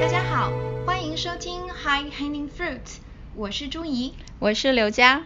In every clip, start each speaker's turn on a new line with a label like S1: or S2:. S1: 大家好，欢迎收听 High Hanging Fruit，我是朱怡。
S2: 我是刘佳。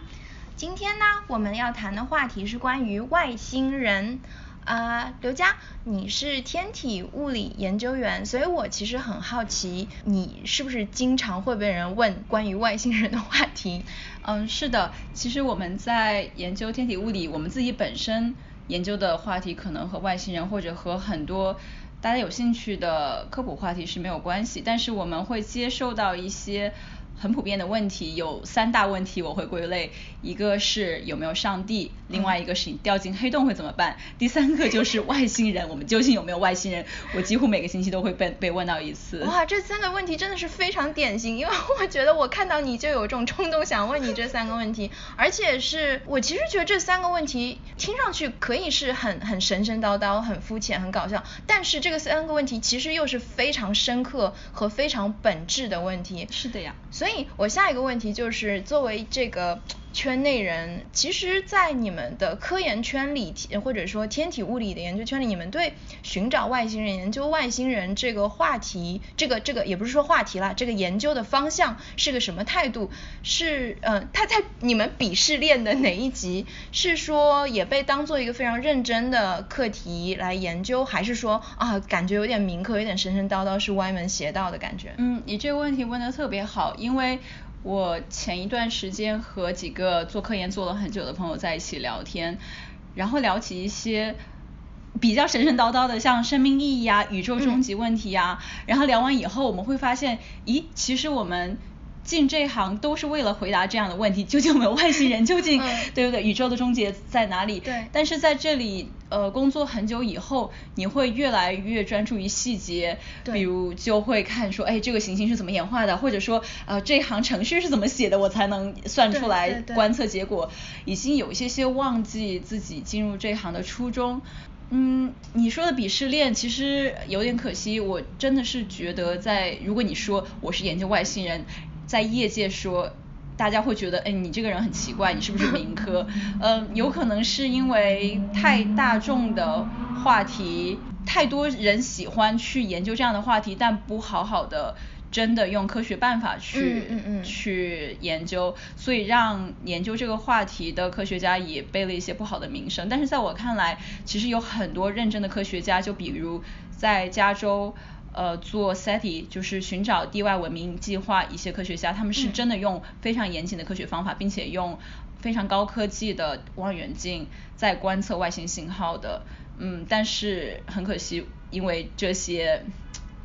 S1: 今天呢，我们要谈的话题是关于外星人。呃，刘佳，你是天体物理研究员，所以我其实很好奇，你是不是经常会被人问关于外星人的话题？
S3: 嗯，是的，其实我们在研究天体物理，我们自己本身研究的话题可能和外星人或者和很多大家有兴趣的科普话题是没有关系，但是我们会接受到一些很普遍的问题，有三大问题我会归类，一个是有没有上帝，另外一个是你掉进黑洞会怎么办，第三个就是外星人，我们究竟有没有外星人？我几乎每个星期都会被被问到一次。
S1: 哇，这三个问题真的是非常典型，因为我觉得我看到你就有一种冲动想问你这三个问题，而且是我其实觉得这三个问题听上去可以是很很神神叨叨、很肤浅、很搞笑，但是这个三个问题其实又是非常深刻和非常本质的问题。
S3: 是的呀。
S1: 所以我下一个问题就是，作为这个圈内人，其实，在你们的科研圈里，呃或者说天体物理的研究圈里，你们对寻找外星人、研究外星人这个话题，这个这个也不是说话题啦，这个研究的方向是个什么态度？是呃，他在你们鄙视链的哪一级？是说也被当做一个非常认真的课题来研究，还是说啊，感觉有点民科，有点神神叨叨，是歪门邪道的感觉？
S3: 嗯，你这个问题问的特别好，因为我前一段时间和几个做科研做了很久的朋友在一起聊天，然后聊起一些比较神神叨叨的，像生命意义啊、宇宙
S1: 嗯
S3: 终极问题啊，然后聊完以后，我们会发现，咦，其实我们。进这一行都是为了回答这样的问题，究 竟有没有外星人？究竟、
S1: 嗯
S3: 对不对？宇宙的终结在哪里？
S1: 对
S3: 但是在这里，呃，工作很久以后，你会越来越专注于细节，
S1: 对
S3: 比如就会看说，哎，这个行星是怎么演化的，或者说，呃，这行程序是怎么写的，我才能算
S1: 对
S3: 出来
S1: 对对
S3: 观测结果。已经有一些些忘记自己进入这行的初衷。嗯，你说的鄙视链其实有点可惜，我真的是觉得在如果你说我是研究外星人，在业界说大家会觉得，哎，你这个人很奇怪，你是不是 民科？嗯，有可能是因为太大众的话题，太多人喜欢去研究这样的话题，但不好好的真的用科学办法去、
S1: 嗯嗯嗯
S3: 去研究，所以让研究这个话题的科学家也背了一些不好的名声。但是在我看来，其实有很多认真的科学家，就比如在加州。呃，做 SETI 就是寻找地外文明计划，一些科学家他们是
S1: 嗯
S3: 真的用非常严谨的科学方法，并且用非常高科技的望远镜在观测外星信号的。嗯，但是很可惜，因为这些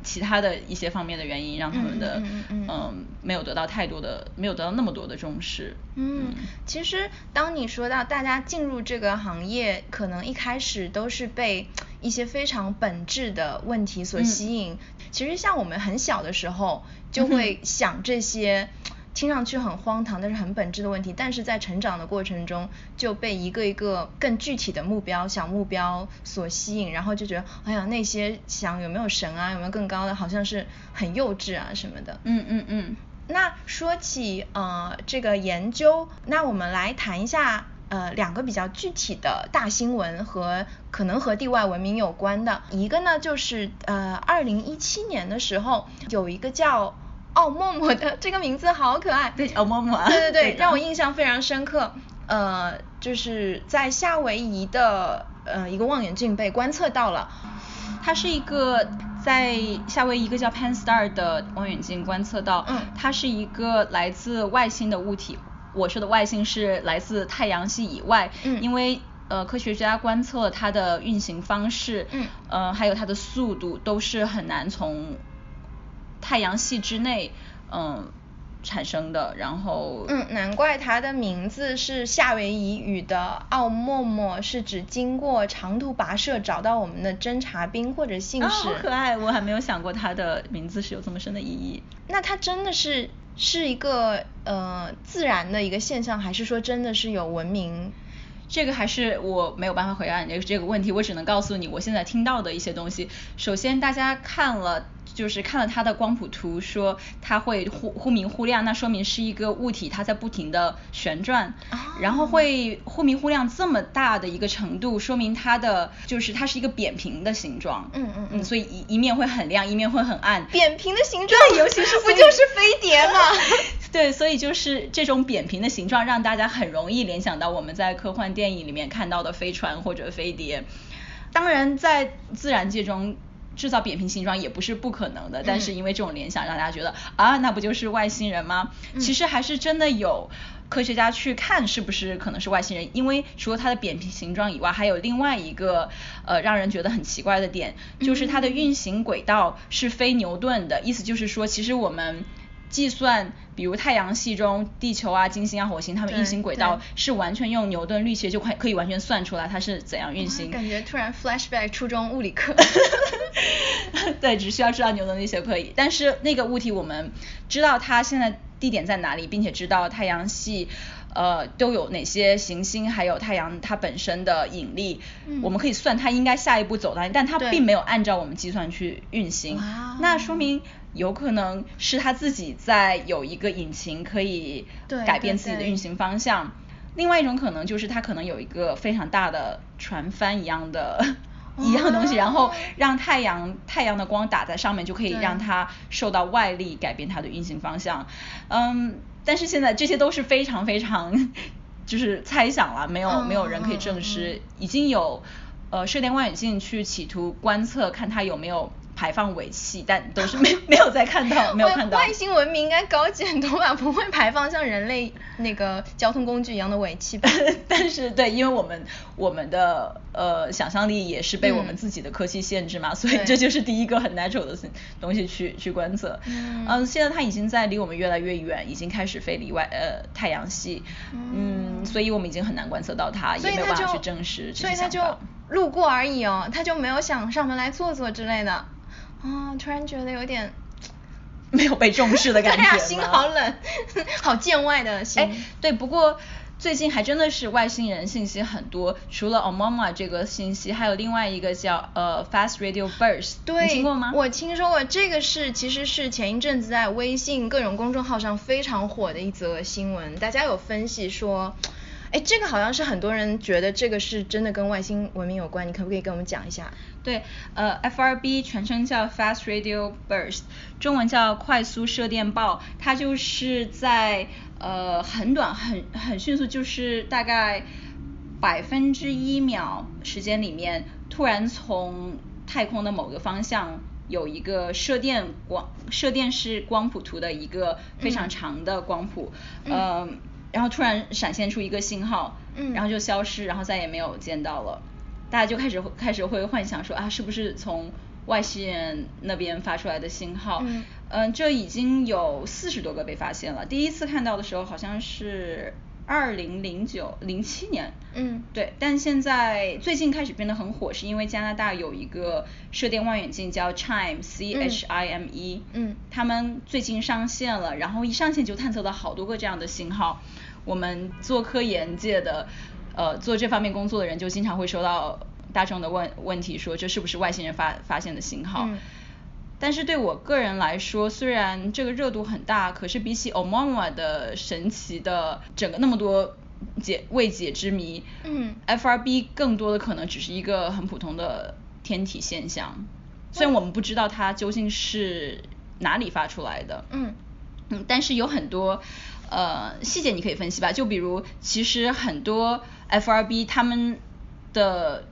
S3: 其他的一些方面的原因，让他们的
S1: 嗯嗯嗯嗯嗯
S3: 没有得到太多的，没有得到那么多的重视。
S1: 嗯，其实当你说到大家进入这个行业，可能一开始都是被一些非常本质的问题所吸引。其实像我们很小的时候，就会想这些。听上去很荒唐，但是很本质的问题，但是在成长的过程中就被一个一个更具体的目标、小目标所吸引，然后就觉得，哎呀，那些想有没有神啊，有没有更高的，好像是很幼稚啊什么的。
S3: 嗯嗯嗯。
S1: 那说起呃这个研究，那我们来谈一下呃两个比较具体的大新闻和可能和地外文明有关的。一个呢就是呃二零一七年的时候有一个叫奥默默的， 这个名字好可爱。
S3: 对奥默默啊
S1: 对对对，
S3: 对的
S1: 让我印象非常深刻。呃，就是在夏威夷的呃一个望远镜被观测到了。
S3: 它是一个在夏威夷一个叫 Pan-STAR 的望远镜观测到，
S1: 嗯
S3: 它是一个来自外星的物体。我说的外星是来自太阳系以外，
S1: 嗯
S3: 因为呃科学家观测了它的运行方式，
S1: 嗯
S3: 呃还有它的速度都是很难从太阳系之内嗯、产生的，然后
S1: 嗯，难怪它的名字是夏威夷语的奥默默，是指经过长途跋涉找到我们的侦察兵或者信
S3: 啊
S1: 使。
S3: 好可爱，我还没有想过它的名字是有这么深的意义。
S1: 那它真的是是一个呃自然的一个现象，还是说真的是有文明？
S3: 这个还是我没有办法回答你这个这个问题，我只能告诉你我现在听到的一些东西。首先，大家看了就是看了它的光谱图，说它会忽忽明忽亮，那说明是一个物体它在不停的旋转，
S1: 哦
S3: 然后会忽明忽亮这么大的一个程度，说明它的就是它是一个扁平的形状，
S1: 嗯嗯嗯
S3: 嗯，所以一一面会很亮，一面会很暗，
S1: 扁平的形状，
S3: 对尤其是
S1: 不就是飞碟吗？
S3: 对，所以就是这种扁平的形状，让大家很容易联想到我们在科幻电影里面看到的飞船或者飞碟。当然，在自然界中制造扁平形状也不是不可能的，但是因为这种联想，让大家觉得、啊，那不就是外星人吗？其实还是真的有。科学家去看是不是可能是外星人，因为除了它的扁平形状以外，还有另外一个呃让人觉得很奇怪的点，就是它的运行轨道是非牛顿的，意思就是说，其实我们计算，比如太阳系中地球啊、金星啊、火星，它们
S1: 对
S3: 运行轨道
S1: 对
S3: 是完全用牛顿力学就快可以完全算出来它是怎样运行。
S1: 啊感觉突然 flashback 初中物理课。
S3: 对，只需要知道牛顿力学可以。但是那个物体我们知道它现在地点在哪里，并且知道太阳系。呃，都有哪些行星，还有太阳它本身的引力，
S1: 嗯
S3: 我们可以算它应该下一步走到哪里，但它
S1: 对
S3: 并没有按照我们计算去运行
S1: 哇哦。
S3: 那说明有可能是它自己在有一个引擎可以
S1: 对
S3: 改变
S1: 对
S3: 自己的
S1: 对
S3: 运行方向。另外一种可能就是它可能有一个非常大的船帆一样的 一样的东西，然后
S1: 哦
S3: 让太阳太阳的光打在上面，就可以
S1: 对
S3: 让它受到外力改变它的运行方向。嗯，但是现在这些都是非常非常 就是猜想了，没有、没有人可以证
S1: 嗯嗯嗯。
S3: 实已经有呃射电望远镜去企图观测看它有没有排放尾气，但都是没 没有再看到， 没有
S1: 外
S3: 看到。
S1: 外星文明应该高级很多吧，不会排放像人类那个交通工具一样的尾气吧？
S3: 但是对，因为我们我们的呃想象力也是被我
S1: 嗯
S3: 们自己的科技限制嘛，所以
S1: 对
S3: 这就是第一个很 natural 的东西去去观测。
S1: 嗯
S3: 现在它已经在离我们越来越远，已经开始飞离外呃太阳系，嗯所以我们已经很难观测到它，
S1: 所
S3: 啊也
S1: 以
S3: 没有
S1: 他
S3: 办法
S1: 就
S3: 去证实这
S1: 所以
S3: 些
S1: 他
S3: 想
S1: 就
S3: 法。
S1: 路过而已哦，他就没有想上门来坐坐之类的。啊、突然觉得有点
S3: 没有被重视的感 觉
S1: 对
S3: 吗，
S1: 啊，心好冷，好见外的心。
S3: 哎，对，不过最近还真的是外星人信息很多，除了 Omama 这个信息，还有另外一个叫呃 Fast Radio Burst，
S1: 对，
S3: 你听过吗？
S1: 我听说过这个是，其实是前一阵子在微信各种公众号上非常火的一则新闻，大家有分析说。哎，这个好像是很多人觉得这个是真的跟外星文明有关，你可不可以给我们讲一下？
S3: 对，呃，FRB 全称叫 Fast Radio Burst，中文叫快速射电暴，它就是在呃很短、很很迅速，就是大概百分之一秒时间里面，突然从太空的某个方向。有一个射电光，射电是光谱图的一个非常
S1: 嗯
S3: 长的光谱，
S1: 嗯
S3: 呃，然后突然闪现出一个信号，
S1: 嗯
S3: 然后就消失，然后再也没有见到了。大家就开始会开始会幻想说啊，是不是从外星人那边发出来的信号？
S1: 嗯
S3: 嗯这已经有四十多个被发现了。第一次看到的时候好像是二零零九零七年，
S1: 嗯
S3: 对，但现在最近开始变得很火，是因为加拿大有一个射电望远镜叫 Chime C H I M E，
S1: 嗯
S3: 他们最近上线了，然后一上线就探测到好多个这样的信号。我们做科研界的，呃，做这方面工作的人就经常会收到大众的问问题，说这是不是外星人发发现的信号？
S1: 嗯
S3: 但是对我个人来说，虽然这个热度很大，可是比起 Omama 的神奇的整个那么多解未解之谜，
S1: 嗯
S3: ，FRB 更多的可能只是一个很普通的天体现象，虽然我们不知道它究竟是哪里发出来的，
S1: 嗯
S3: 嗯，但是有很多呃细节你可以分析吧，就比如其实很多 FRB 他们的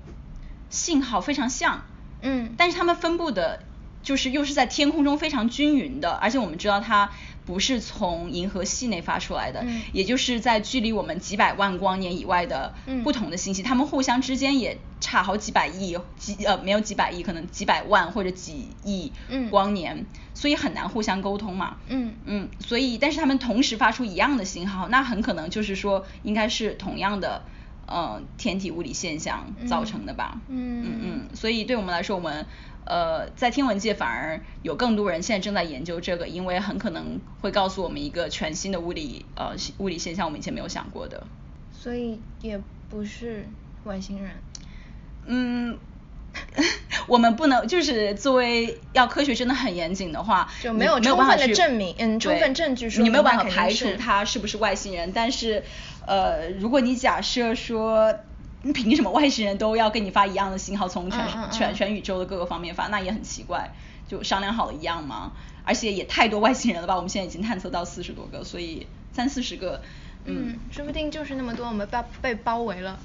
S3: 信号非常像，
S1: 嗯
S3: 但是他们分布的就是又是在天空中非常均匀的，而且我们知道它不是从银河系内发出来的，
S1: 嗯
S3: 也就是在距离我们几百万光年以外的
S1: 嗯
S3: 不同的星系，它们互相之间也差好几百亿，几呃没有几百亿，可能几百万或者几亿
S1: 嗯
S3: 光年，所以很难互相沟通嘛。
S1: 嗯
S3: 嗯，所以但是他们同时发出一样的信号，那很可能就是说应该是同样的。呃，天体物理现象造成的吧？
S1: 嗯
S3: 嗯嗯，所以对我们来说，我们呃在天文界反而有更多人现在正在研究这个，因为很可能会告诉我们一个全新的物理呃物理现象，我们以前没有想过的。
S1: 所以也不是外星人。
S3: 嗯， 我们不能就是作为要科学真的很严谨的话，
S1: 就
S3: 你
S1: 没
S3: 没
S1: 有充
S3: 办法
S1: 分的
S3: 去
S1: 证明嗯
S3: 对
S1: 充分证据说
S3: 你没有
S1: 那
S3: 办法
S1: 肯定
S3: 排除
S1: 是
S3: 他是不是外星人，但是呃，如果你假设说。你凭什么外星人都要跟你发一样的信号，从全
S1: 嗯嗯嗯
S3: 全全宇宙的各个方面发，那也很奇怪。就商量好了一样吗？而且也太多外星人了吧？我们现在已经探测到四十多个，所以三四十个，
S1: 嗯，说不定就是那么多，我们被被包围了。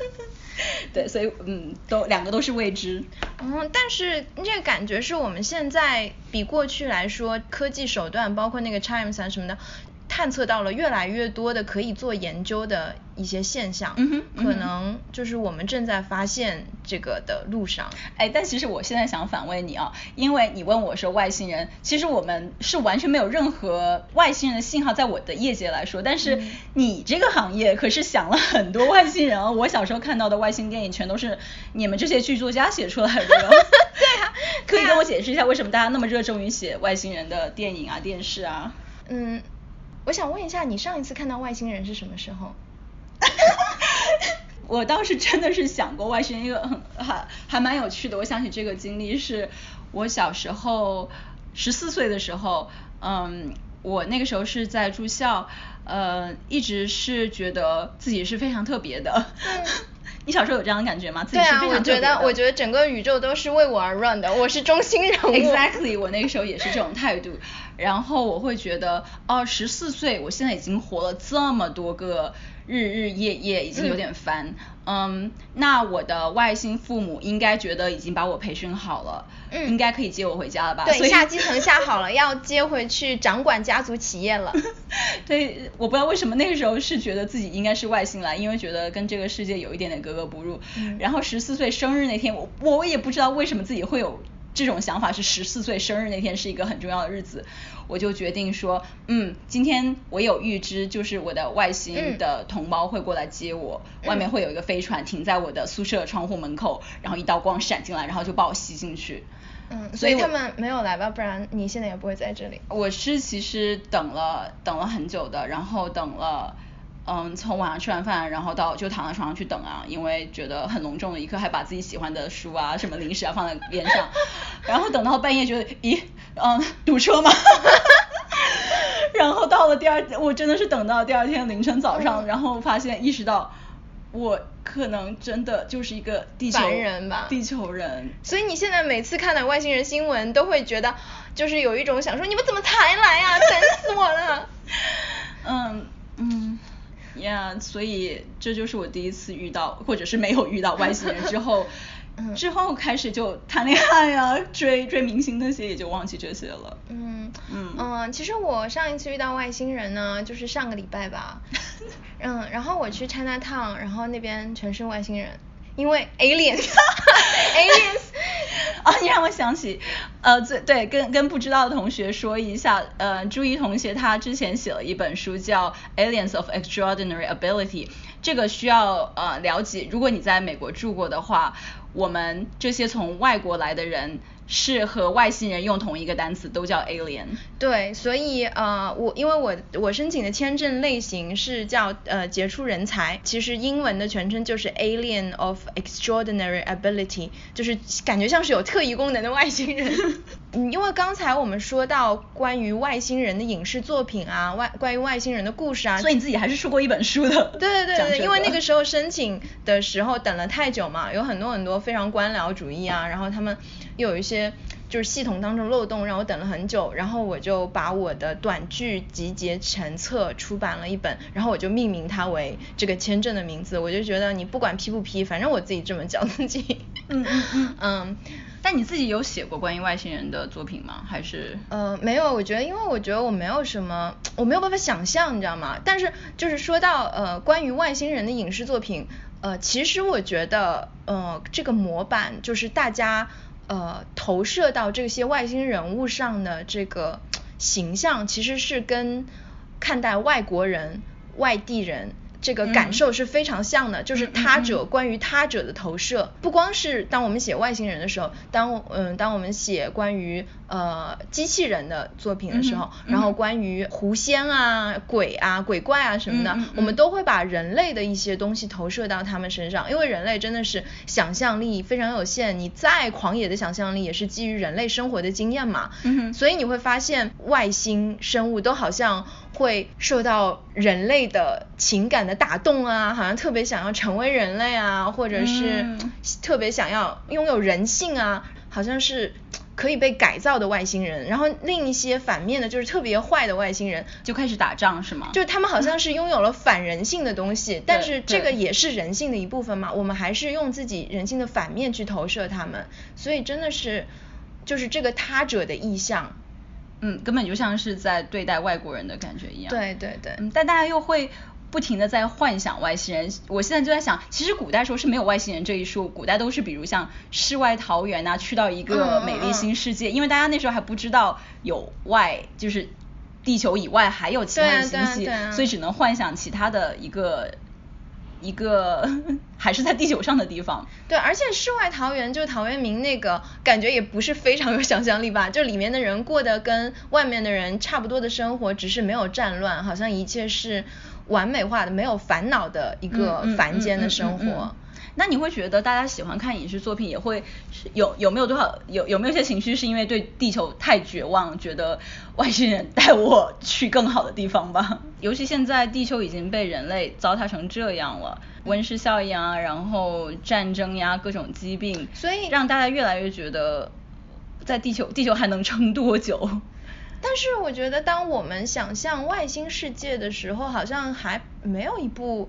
S3: 对，所以嗯，都两个都是未知。
S1: 嗯，但是这个感觉是我们现在比过去来说，科技手段包括那个 Chimes 啊什么的，探测到了越来越多的可以做研究的一些现象，
S3: 嗯哼嗯
S1: 可
S3: 哼
S1: 能就是我们正在发现这个的路上。
S3: 哎，但其实我现在想反问你啊，因为你问我说外星人，其实我们是完全没有任何外星人的信号，在我的业界来说，但是你这个行业可是想了很多外星人哦。我小时候看到的外星电影全都是你们这些剧作家写出 来的哦。对啊，可以跟我解释一下为什么大家那么热衷于写外星人的电影啊、电视啊？
S1: 嗯，我想问一下，你上一次看到外星人是什么时候？
S3: 我倒是真的是想过外星人一个很还还蛮有趣的。我想起这个经历是，我小时候十四岁的时候，嗯，我那个时候是在住校，呃，一直是觉得自己是非常特别的。 你小时候有这样的感觉吗？
S1: 嗯
S3: 自
S1: 对
S3: 己是
S1: 啊，
S3: 非
S1: 我
S3: 常特别
S1: 觉
S3: 的。
S1: 得我觉得整个宇宙都是为我而 run 的，我是中心人物。
S3: Exactly，我那个时候也是这种态度。然后我会觉得，哦，十四岁，我现在已经活了这么多个日日夜夜，已经有点烦。嗯那我的外星父母应该觉得已经把我培训好了，
S1: 嗯
S3: 应该可以接我回家了吧？所
S1: 对，
S3: 以
S1: 下基层下好了，要接回去掌管家族企业了。
S3: 对，我不知道为什么那个时候是觉得自己应该是外星来，因为觉得跟这个世界有一点点格格不入。然后十四岁生日那天，我我也不知道为什么自己会有这种想法，是十四岁生日那天是一个很重要的日子，我就决定说，嗯，今天我有预知，就是我的外
S1: 嗯
S3: 星的同胞会过来接我，外面会有一个飞船停在我的宿舍窗户门口，然后一道光闪进来，然后就把我吸进去。
S1: 嗯，所
S3: 所
S1: 以
S3: 以
S1: 他
S3: 我
S1: 们没有来吧，不然你现在也不会在这里。
S3: 我是其实等了等了很久的，然后等了，嗯，从晚上吃完饭，然后到就躺在床上去等啊，因为觉得很隆重的一刻，还把自己喜欢的书啊、什么零食啊放在边上，然后等到半夜觉得，咦，嗯，堵车吗？ 然后到了第二，我真的是等到第二天凌晨早上，然后发现意识到。我可能真的就是一个地球
S1: 凡人吧
S3: 地球人，
S1: 所以你现在每次看到外星人新闻，都会觉得就是有一种想说你们怎么才来啊，等死我了。
S3: 嗯嗯呀，所以这就是我第一次遇到，或者是没有遇到外星人之后
S1: 嗯，
S3: 之后开始就谈恋爱啊，追追明星那些也就忘记这些了。
S1: 嗯
S3: 嗯
S1: 嗯，其实我上一次遇到外星人呢，就是上个礼拜 吧。嗯，然后我去 China Town，然后那边全是外星人，因为 aliens，aliens
S3: 啊，你让我想起，呃，最对，跟跟不知道的同学说一下，呃，朱一同学他之前写了一本书叫《Aliens of Extraordinary Ability》，这个需要呃了解。如果你在美国住过的话，我们这些从外国来的人是和外星人用同一个单词，都叫 alien。
S1: 对，所以呃，我因为我我申请的签证类型是叫呃杰出人才，其实英文的全称就是 Alien of Extraordinary Ability，就是感觉像是有特异功能的外星 人。嗯，因为刚才我们说到关于外星人的影视作品啊，外关于外星人的故事啊，
S3: 所以你自己还是出过一本书的。
S1: 对对
S3: 讲
S1: 对，
S3: 这
S1: 因为那个时
S3: 候。
S1: 候申请的时候等了太久嘛，有很多很多非常官僚主义啊，然后他们又有一些就是系统当中漏洞，让我等了很久，然后我就把我的短剧集结成册出版了一本，然后我就命名它为这个签证的名字，我就觉得你不管批不批，反正我自己这么叫自己。
S3: 嗯嗯嗯
S1: 嗯，
S3: 但你自己有写过关于外星人的作品吗？还是？
S1: 呃，没有，我觉得，因为我觉得我没有什么，我没有办法想象，你知道吗？但是就是说到呃，关于外星人的影视作品，呃，其实我觉得，呃，这个模板就是大家呃投射到这些外星人物上的这个形象，其实是跟看待外国人、外地人。这个感受是非常像的，就是他者关于他者的投射，不光是当我们写外星人的时候，当嗯当我们写关于呃机器人的作品的时候，然后关于狐仙啊、鬼啊、鬼怪啊什么的，我们都会把人类的一些东西投射到他们身上，因为人类真的是想象力非常有限，你再狂野的想象力也是基于人类生活的经验嘛，所以你会发现外星生物都好像会受到人类的情感的打动啊，好像特别想要成为人类啊，或者是
S3: 嗯
S1: 特别想要拥有人性啊，好像是可以被改造的外星人。然后另一些反面的就是特别坏的外星人，
S3: 就开始打仗是吗？
S1: 就是他们好像是拥有了反人性的东西，但是这个
S3: 对
S1: 也是人性的一部分嘛，我们还是用自己人性的反面去投射他们，所以真的是就是这个他者的意向，
S3: 嗯，根本就像是在对待外国人的感觉一样。
S1: 对对对
S3: 嗯，但大家又会。不停的在幻想外星人，我现在就在想，其实古代时候是没有外星人这一说，古代都是比如像世外桃源呐、啊去到一个
S1: 嗯嗯
S3: 美丽新世界，因为大家那时候还不知道有外，就是地球以外还有其他
S1: 对啊对
S3: 的星
S1: 啊
S3: 系，
S1: 对啊
S3: 所以只能幻想其他的一个一个 还是在地球上的地方。
S1: 对，而且世外桃源就陶渊明那个感觉也不是非常有想象力吧，就里面的人过得跟外面的人差不多的生活，只是没有战乱，好像一切是完美化的，没有烦恼的一个
S3: 嗯嗯
S1: 凡间的生活。
S3: 嗯嗯嗯嗯那你会觉得大家喜欢看影视作品，也会是有有没有多少有有没有一些情绪是因为对地球太绝望，觉得外星人带我去更好的地方吧？ 尤其现在地球已经被人类糟蹋成这样了，温室效应啊，然后战争呀，各种疾病，
S1: 所以
S3: 让大家越来越觉得在地球地球还能撑多久？
S1: 但是我觉得，当我们想象外星世界的时候，好像还没有一部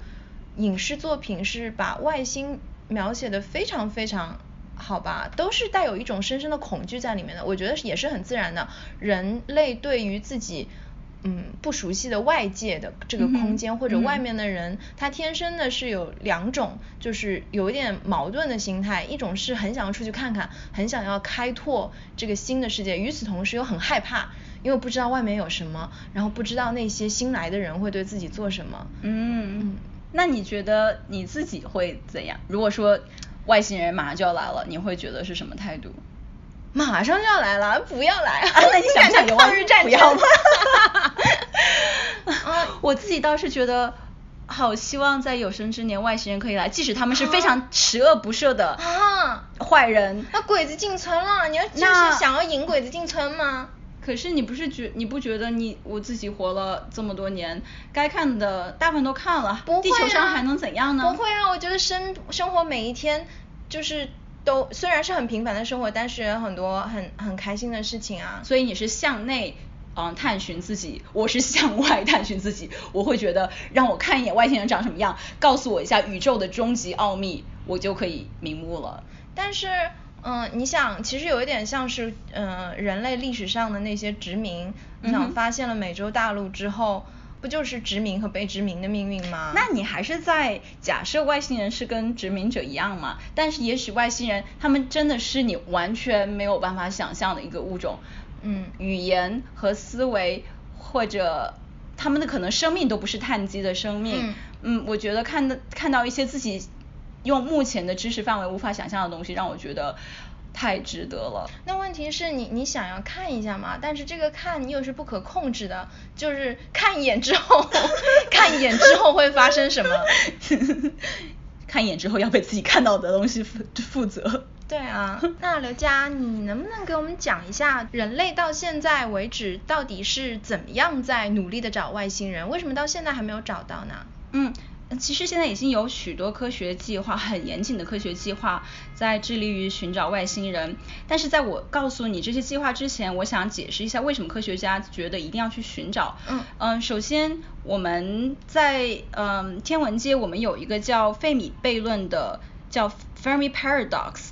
S1: 影视作品是把外星描写的非常非常好吧，都是带有一种深深的恐惧在里面的。我觉得也是很自然的，人类对于自己。嗯，不熟悉的外界的这个
S3: 嗯哼
S1: 空间、或者
S3: 嗯
S1: 外面的人，他天生的是有两种，就是有一点矛盾的心态，一种是很想要出去看看，很想要开拓这个新的世界，与此同时又很害怕，因为不知道外面有什么，然后不知道那些新来的人会对自己做什么。
S3: 嗯，那你觉得你自己会怎样？如果说外星人马上就要来了，你会觉得是什么态度？
S1: 马上就要来了，不要来！
S3: 啊 那你想不想有
S1: 抗日战
S3: 不
S1: 争
S3: 要 吗？
S1: 啊
S3: 我自己倒是觉得。好希望在有生之年外星人可以来，即使他们是非常十恶不赦的
S1: 啊
S3: 坏人。
S1: 那鬼子进村了，你要就
S3: 那
S1: 是想要引鬼子进村吗？
S3: 可是你不是觉你不觉得你我自己活了这么多年，该看的大部分都看了，
S1: 不会、啊、
S3: 地球上还能怎样呢？
S1: 不会啊，我觉得生生活每一天就是都虽然是很平凡的生活，但是有很多很很开心的事情啊。
S3: 所以你是向内。嗯，探寻自己，我是向外探寻自己。我会觉得，让我看一眼外星人长什么样，告诉我一下宇宙的终极奥秘，我就可以明目了。
S1: 但是，嗯、你想，其实有一点像是，嗯、人类历史上的那些殖民，你
S3: 嗯
S1: 想
S3: 哼
S1: 发现了美洲大陆之后，不就是殖民和被殖民的命运吗？
S3: 那你还是在假设外星人是跟殖民者一样嘛？但是也许外星人他们真的是你完全没有办法想象的一个物种，
S1: 嗯
S3: 语言和思维或者他们的可能生命都不是碳基的生命，嗯我觉得看到看到一些自己用目前的知识范围无法想象的东西，让我觉得太值得了。
S1: 那问题是你你想要看一下嘛，但是这个看又是不可控制的，就是看一眼之后， 看一眼之后会发生什么？
S3: 看一眼之后要被自己看到的东西负负责。
S1: 对 啊，那刘佳，你能不能给我们讲一下，人类到现在为止到底是怎么样在努力的找外星人？为什么到现在还没有找到呢？
S3: 嗯，其实现在已经有许多科学计划，很严谨的科学计划，在致力于寻找外星人。但是在我告诉你这些计划之前，我想解释一下为什么科学家觉得一定要去寻找。
S1: 嗯
S3: 首先我们在嗯天文界，我们有一个叫费米悖论的，叫 Fermi Paradox。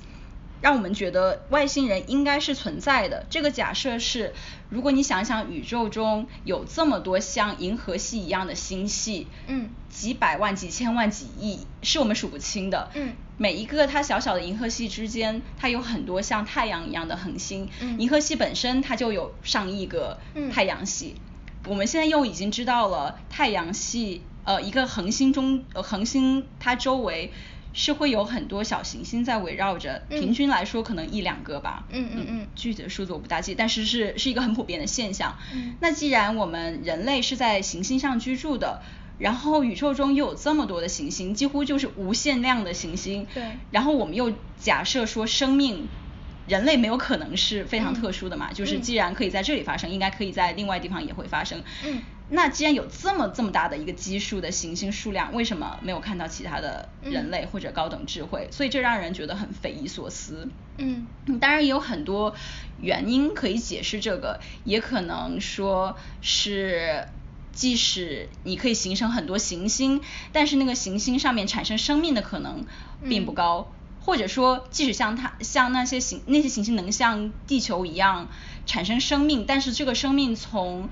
S3: 让我们觉得外星人应该是存在的。这个假设是，如果你想想宇宙中有这么多像银河系一样的星系，
S1: 嗯
S3: 几百万、几千万、几亿，是我们数不清的，
S1: 嗯
S3: 每一个它小小的银河系之间，它有很多像太阳一样的恒星，
S1: 嗯
S3: 银河系本身它就有上亿个
S1: 嗯
S3: 太阳系。我们现在又已经知道了太阳系呃一个恒星中、呃恒星它周围是会有很多小行星在围绕着，
S1: 嗯
S3: 平均来说可能一两个吧。
S1: 嗯嗯嗯
S3: 具体的数字我不大记，但是是是一个很普遍的现象。
S1: 嗯
S3: 那既然我们人类是在行星上居住的。然后宇宙中又有这么多的行星，几乎就是无限量的行星。
S1: 对
S3: 然后我们又假设说生命，人类没有可能是非
S1: 嗯
S3: 常特殊的嘛，就是
S1: 嗯
S3: 既然可以在这里发生，应该可以在另外地方也会发生。
S1: 嗯
S3: 那既然有这么这么大的一个基数的行星数量，为什么没有看到其他的人类
S1: 嗯
S3: 或者高等智慧？所以这让人觉得很匪夷所思。
S1: 嗯
S3: 嗯，当然也有很多原因可以解释这个，也可能说是。即使你可以形成很多行星，但是那个行星上面产生生命的可能并不
S1: 嗯
S3: 高，或者说，即使像它像那些行那些行星能像地球一样产生生命，但是这个生命从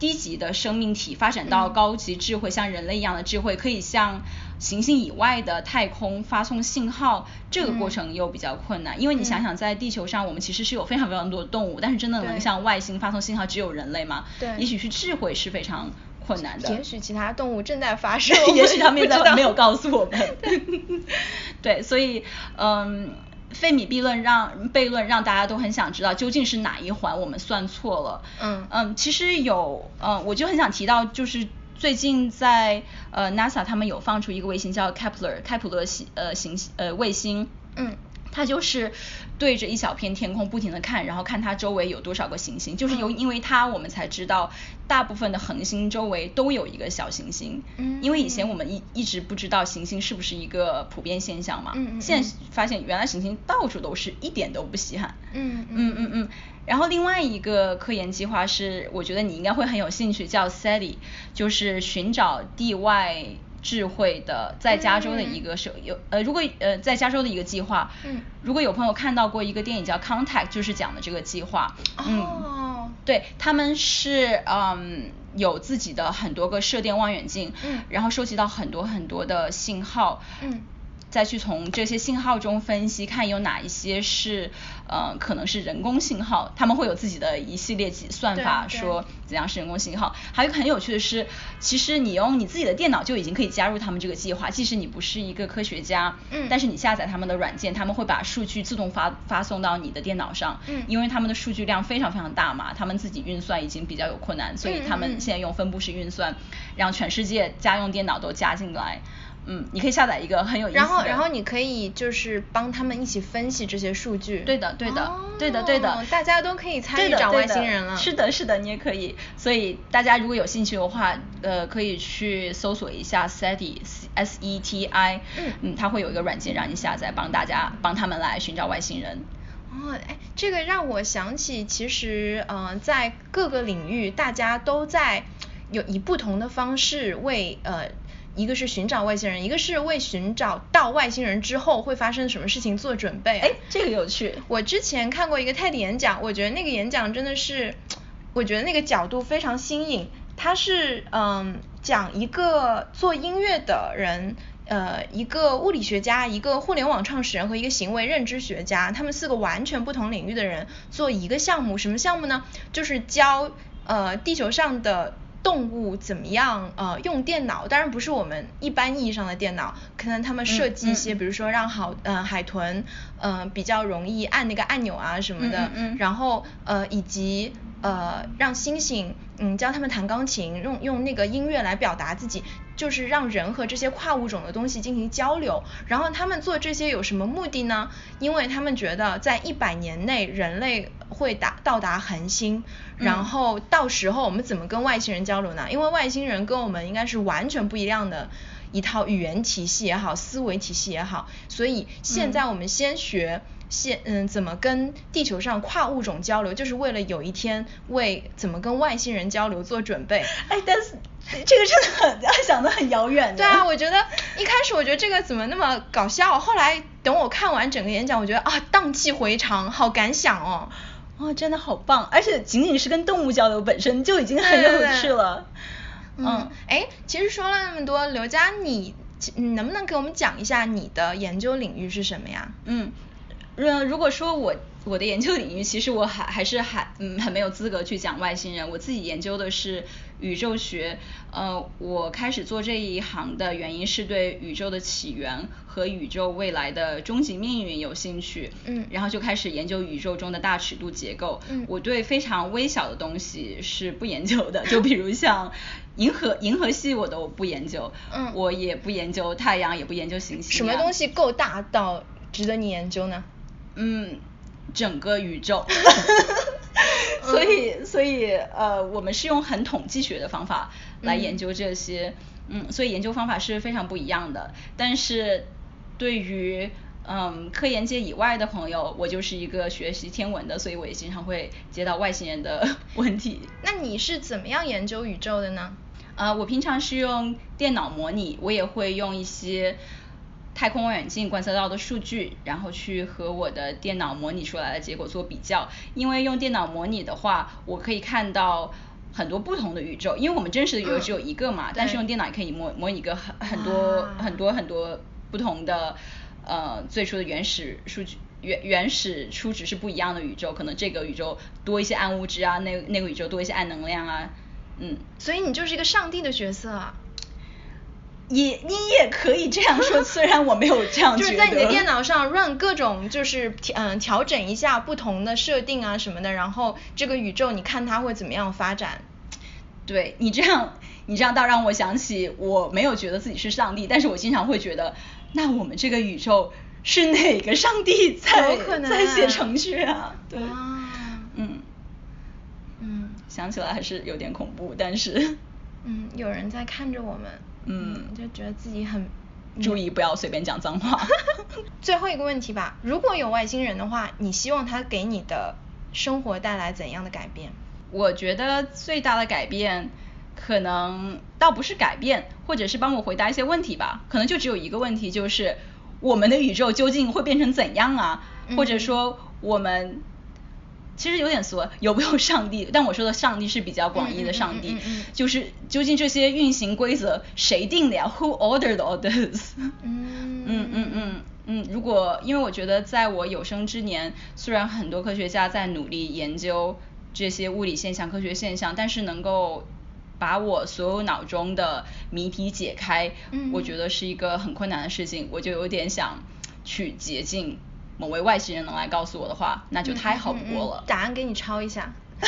S3: 低级的生命体发展到
S1: 嗯
S3: 高级智慧，像人类一样的智慧，可以向行星以外的太空发送信号，这个过
S1: 嗯
S3: 程又比较困难，因为你想
S1: 嗯
S3: 想，在地球上我们其实是有非常非常多的动物，但是真的能
S1: 对
S3: 向外星发送信号只有人类吗？
S1: 对
S3: 也许是智慧是非常困难的。
S1: 也许其他动物正在发射
S3: ，也许他们
S1: 在
S3: 在没有告诉我们。 对，所以嗯，费米悖论让悖论让大家都很想知道究竟是哪一环我们算错了。
S1: 嗯
S3: 嗯，其实有嗯，我就很想提到就是。最近在呃 NASA 他们有放出一个卫星叫 Kepler 开普勒星呃行呃卫星，
S1: 嗯
S3: 它就是对着一小片天空不停的看，然后看它周围有多少个行星。就是由
S1: 嗯
S3: 因为它，我们才知道大部分的恒星周围都有一个小行星。
S1: 嗯
S3: 因为以前我们一一直不知道行星是不是一个普遍现象嘛，
S1: 嗯嗯
S3: 现在
S1: 嗯
S3: 发现原来行星到处都是，一点都不稀罕。
S1: 嗯
S3: 嗯
S1: 嗯
S3: 嗯嗯。然后另外一个科研计划是，我觉得你应该会很有兴趣，叫 SETI，就是寻找地外智慧的，在加州的一
S1: 嗯
S3: 个是有呃，如果呃在加州的一个计划，
S1: 嗯
S3: 如果有朋友看到过一个电影叫《Contact》，就是讲的这个计划，嗯。
S1: 哦，
S3: 对，他们是嗯有自己的很多个射电望远镜，
S1: 嗯
S3: 然后收集到很多很多的信号，
S1: 嗯
S3: 再去从这些信号中分析，看有哪一些是呃可能是人工信号，他们会有自己的一系列计算
S1: 对
S3: 法，
S1: 对
S3: 说怎样是人工信号。还有一个很有趣的是，其实你用你自己的电脑就已经可以加入他们这个计划，即使你不是一个科学家，
S1: 嗯
S3: 但是你下载他们的软件，他们会把数据自动发发送到你的电脑上，
S1: 嗯
S3: 因为他们的数据量非常非常大嘛，他们自己运算已经比较有困难，所以
S1: 嗯
S3: 他
S1: 嗯
S3: 们
S1: 嗯
S3: 现在用分布式运算，让全世界家用电脑都加进来。嗯，你可以下载一个很有意思的。
S1: 然后然后你可以就是帮他们一起分析这些数据。
S3: 对的，对的，
S1: 哦
S3: 对的，对的，
S1: 大家都可以参
S3: 对
S1: 与
S3: 的
S1: 找
S3: 对
S1: 外
S3: 的
S1: 星人了。
S3: 是的，是的，你也可以。所以大家如果有兴趣的话，呃，可以去搜索一下 SETI S E T I，
S1: 嗯
S3: 它会有一个软件让你下载，帮大家帮他们来寻找外星人。
S1: 哦，哎，这个让我想起，其实，嗯、在各个领域，大家都在有以不同的方式为呃，一个是寻找外星人，一个是为寻找到外星人之后会发生什么事情做准备。啊
S3: 哎，这个有趣。
S1: 我之前看过一个 TED 演讲，我觉得那个演讲真的是，我觉得那个角度非常新颖。他是嗯讲一个做音乐的人，呃，一个物理学家，一个互联网创始人和一个行为认知学家，他们四个完全不同领域的人做一个项目，什么项目呢？就是教呃地球上的动物怎么样呃用电脑，当然不是我们一般意义上的电脑，可能他们设
S3: 嗯
S1: 计一些，
S3: 嗯
S1: 比如说让好呃海豚呃比较容易按那个按钮啊什么的，
S3: 嗯嗯嗯
S1: 然后呃以及呃让猩猩嗯教他们弹钢琴，用用那个音乐来表达自己。就是让人和这些跨物种的东西进行交流，然后他们做这些有什么目的呢？因为他们觉得在一百年内人类会达到达恒星，然
S3: 嗯
S1: 后到时候我们怎么跟外星人交流呢？因为外星人跟我们应该是完全不一样的一套语言体系也好，思维体系也好，所以现在
S3: 嗯
S1: 我们先学先嗯怎么跟地球上跨物种交流，就是为了有一天为怎么跟外星人交流做准备。
S3: 哎，但是这个真的很 想的很遥远
S1: 对啊，我觉得一开始我觉得这个怎么那么搞笑，后来等我看完整个演讲，我觉得啊荡气回肠，好敢想哦。
S3: 哦，真的好棒！而且仅仅是跟动物交流本身就已经很
S1: 对
S3: 有
S1: 对对
S3: 趣了。
S1: 嗯，哎，其实说了那么多，刘佳，你其你能不能给我们讲一下你的研究领域是什么呀？
S3: 嗯，呃，如果说我我的研究领域，其实我还还是还嗯很没有资格去讲外星人。我自己研究的是宇宙学，呃，我开始做这一行的原因是对宇宙的起源和宇宙未来的终极命运有兴趣，
S1: 嗯
S3: 然后就开始研究宇宙中的大尺度结构。
S1: 嗯
S3: 我对非常微小的东西是不研究的，就比如像银河银河系我都不研究，
S1: 嗯
S3: 我也不研究太阳，也不研究行星、啊。
S1: 什么东西够大到值得你研究呢？
S3: 嗯，整个宇宙。 嗯所以，所以，呃，我们是用很统计学的方法来研究这些，嗯所以研究方法是非常不一样的。但是，对于嗯科研界以外的朋友，我就是一个学习天文的，所以我也经常会接到外星人的 问题。
S1: 那你是怎么样研究宇宙的呢？
S3: 呃，我平常是用电脑模拟，我也会用一些太空望远镜观测到的数据，然后去和我的电脑模拟出来的结果做比较。因为用电脑模拟的话，我可以看到。很多不同的宇宙，因为我们真实的宇宙只有一个嘛，
S1: 嗯
S3: 但是
S1: 对啊
S3: 用电脑也可以模模拟一个很很多
S1: 哇
S3: 很多很多不同的呃最初的原始数据。原原始初值是不一样的宇宙，可能这个宇宙多一些暗物质啊，那那个宇宙多一些暗能量啊，嗯，
S1: 所以你就是一个上帝的角色啊。
S3: 也你也可以这 样说，虽然我没有 这样
S1: 就是
S3: 觉得。
S1: 在你的电脑上 run 各种，就是调嗯调整一下不同的设定啊什么的，然后这个宇宙你看它会怎么样发展？
S3: 对你这样，你这样倒让我想起，我没有觉得自己是上帝，但是我经常会觉得，那我们这个宇宙是哪个上帝在
S1: 有可能
S3: 在写
S1: 啊
S3: 程序啊？对，
S1: 哇
S3: 嗯，
S1: 嗯
S3: 想起来还是有点恐怖，但是，
S1: 嗯，有人在看着我们，
S3: 嗯
S1: 就觉得自己很
S3: 注意不要随便讲脏话。
S1: 最后一个问题吧，如果有外星人的话，你希望他给你的生活带来怎样的改变？
S3: 我觉得最大的改变，可能倒不是改变，或者是帮我回答一些问题吧。可能就只有一个问题，就是我们的宇宙究竟会变成怎样啊？
S1: 嗯
S3: 或者说我们其实有点俗，有没有上帝？但我说的上帝是比较广义的上帝，
S1: 嗯嗯嗯嗯嗯
S3: 就是究竟这些运行规则谁定的呀？Who ordered all this？
S1: 嗯
S3: 嗯嗯嗯嗯，如果因为我觉得，在我有生之年，虽然很多科学家在努力研究这些物理现象、科学现象，但是能够把我所有脑中的谜题解开，
S1: 嗯
S3: 我觉得是一个很困难的事情。我就有点想去捷径，某位外星人能来告诉我的话，那就太好不过了。
S1: 嗯嗯嗯答案给你抄一下，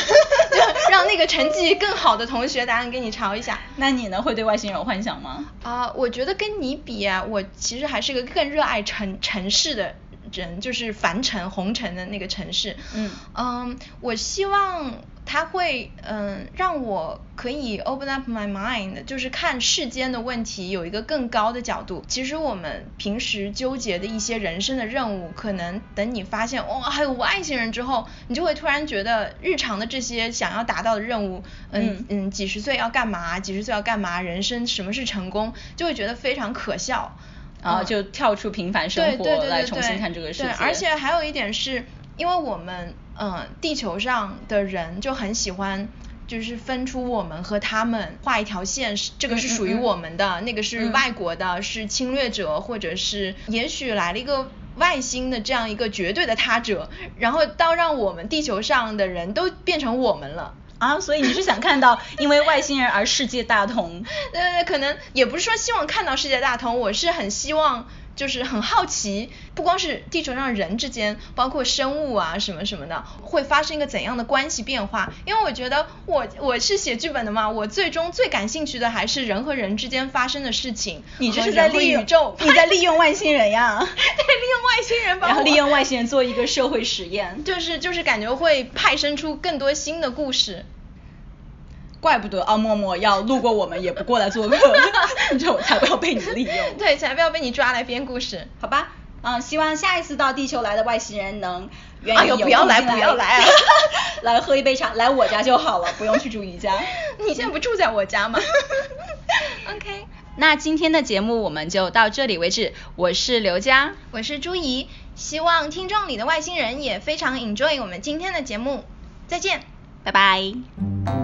S1: 就让那个成绩更好的同学答案给你抄一下。
S3: 那你呢？会对外星人有幻想吗？
S1: 啊、我觉得跟你比啊，我其实还是个更热爱城城市的人，就是凡尘红尘的那个城市。
S3: 嗯
S1: 嗯，我希望它会嗯让我可以 open up my mind，就是看世间的问题有一个更高的角度。其实我们平时纠结的一些人生的任务，可能等你发现哇、还有外星人之后，你就会突然觉得日常的这些想要达到的任务，嗯
S3: 嗯
S1: 嗯，几十岁要干嘛，几十岁要干嘛，人生什么是成功，就会觉得非常可笑。
S3: 啊，
S1: 嗯
S3: 就跳出平
S1: 对
S3: 凡生活
S1: 对对
S3: 来
S1: 对
S3: 重
S1: 对
S3: 新看这个世界。
S1: 对，而且还有一点是，因为我们嗯、呃地球上的人就很喜欢。就是分出我们和他们画一条线，是这个是属于
S3: 嗯嗯嗯
S1: 我们的，那个是
S3: 嗯
S1: 外国的，是侵略者，或者是也许来了一个外星的这样一个绝对的他者，然后到让我们地球上的人都变成我们了。
S3: 啊，所以你是想看到因为外星人而世界大同？
S1: 呃，可能也不是说希望看到世界大同，我是很希望，就是很好奇，不光是地球上人之间，包括生物啊什么什么的，会发生一个怎样的关系变化？因为我觉得我我是写剧本的嘛，我最终最感兴趣的还是人和人之间发生的事情，
S3: 你这
S1: 和
S3: 是在
S1: 人和
S3: 利用
S1: 宇宙，，
S3: 你在利用外星人 呀
S1: 对，利用外星人把我，
S3: 然后利用外星人做一个社会实验，
S1: 就是就是感觉会派生出更多新的故事。
S3: 怪不得奥默默要路过我们也不过来 做客，你知道我才不要被你利 用。，
S1: 对，才不要被你抓来编故事。
S3: 好吧，嗯，希望下一次到地球来的外星人能远
S1: 哎
S3: 远
S1: 呦
S3: 有
S1: 不要
S3: 空
S1: 来
S3: 进
S1: 不要来啊
S3: 来喝一杯茶，来我家就好了，不用去住宜家。
S1: 你现在不住在我家吗？OK。
S3: 那今天的节目我们就到这里为止，我是刘佳，
S1: 我是朱怡，希望听众里的外星人也非常 enjoy 我们今天的节目，再见。
S3: 拜拜。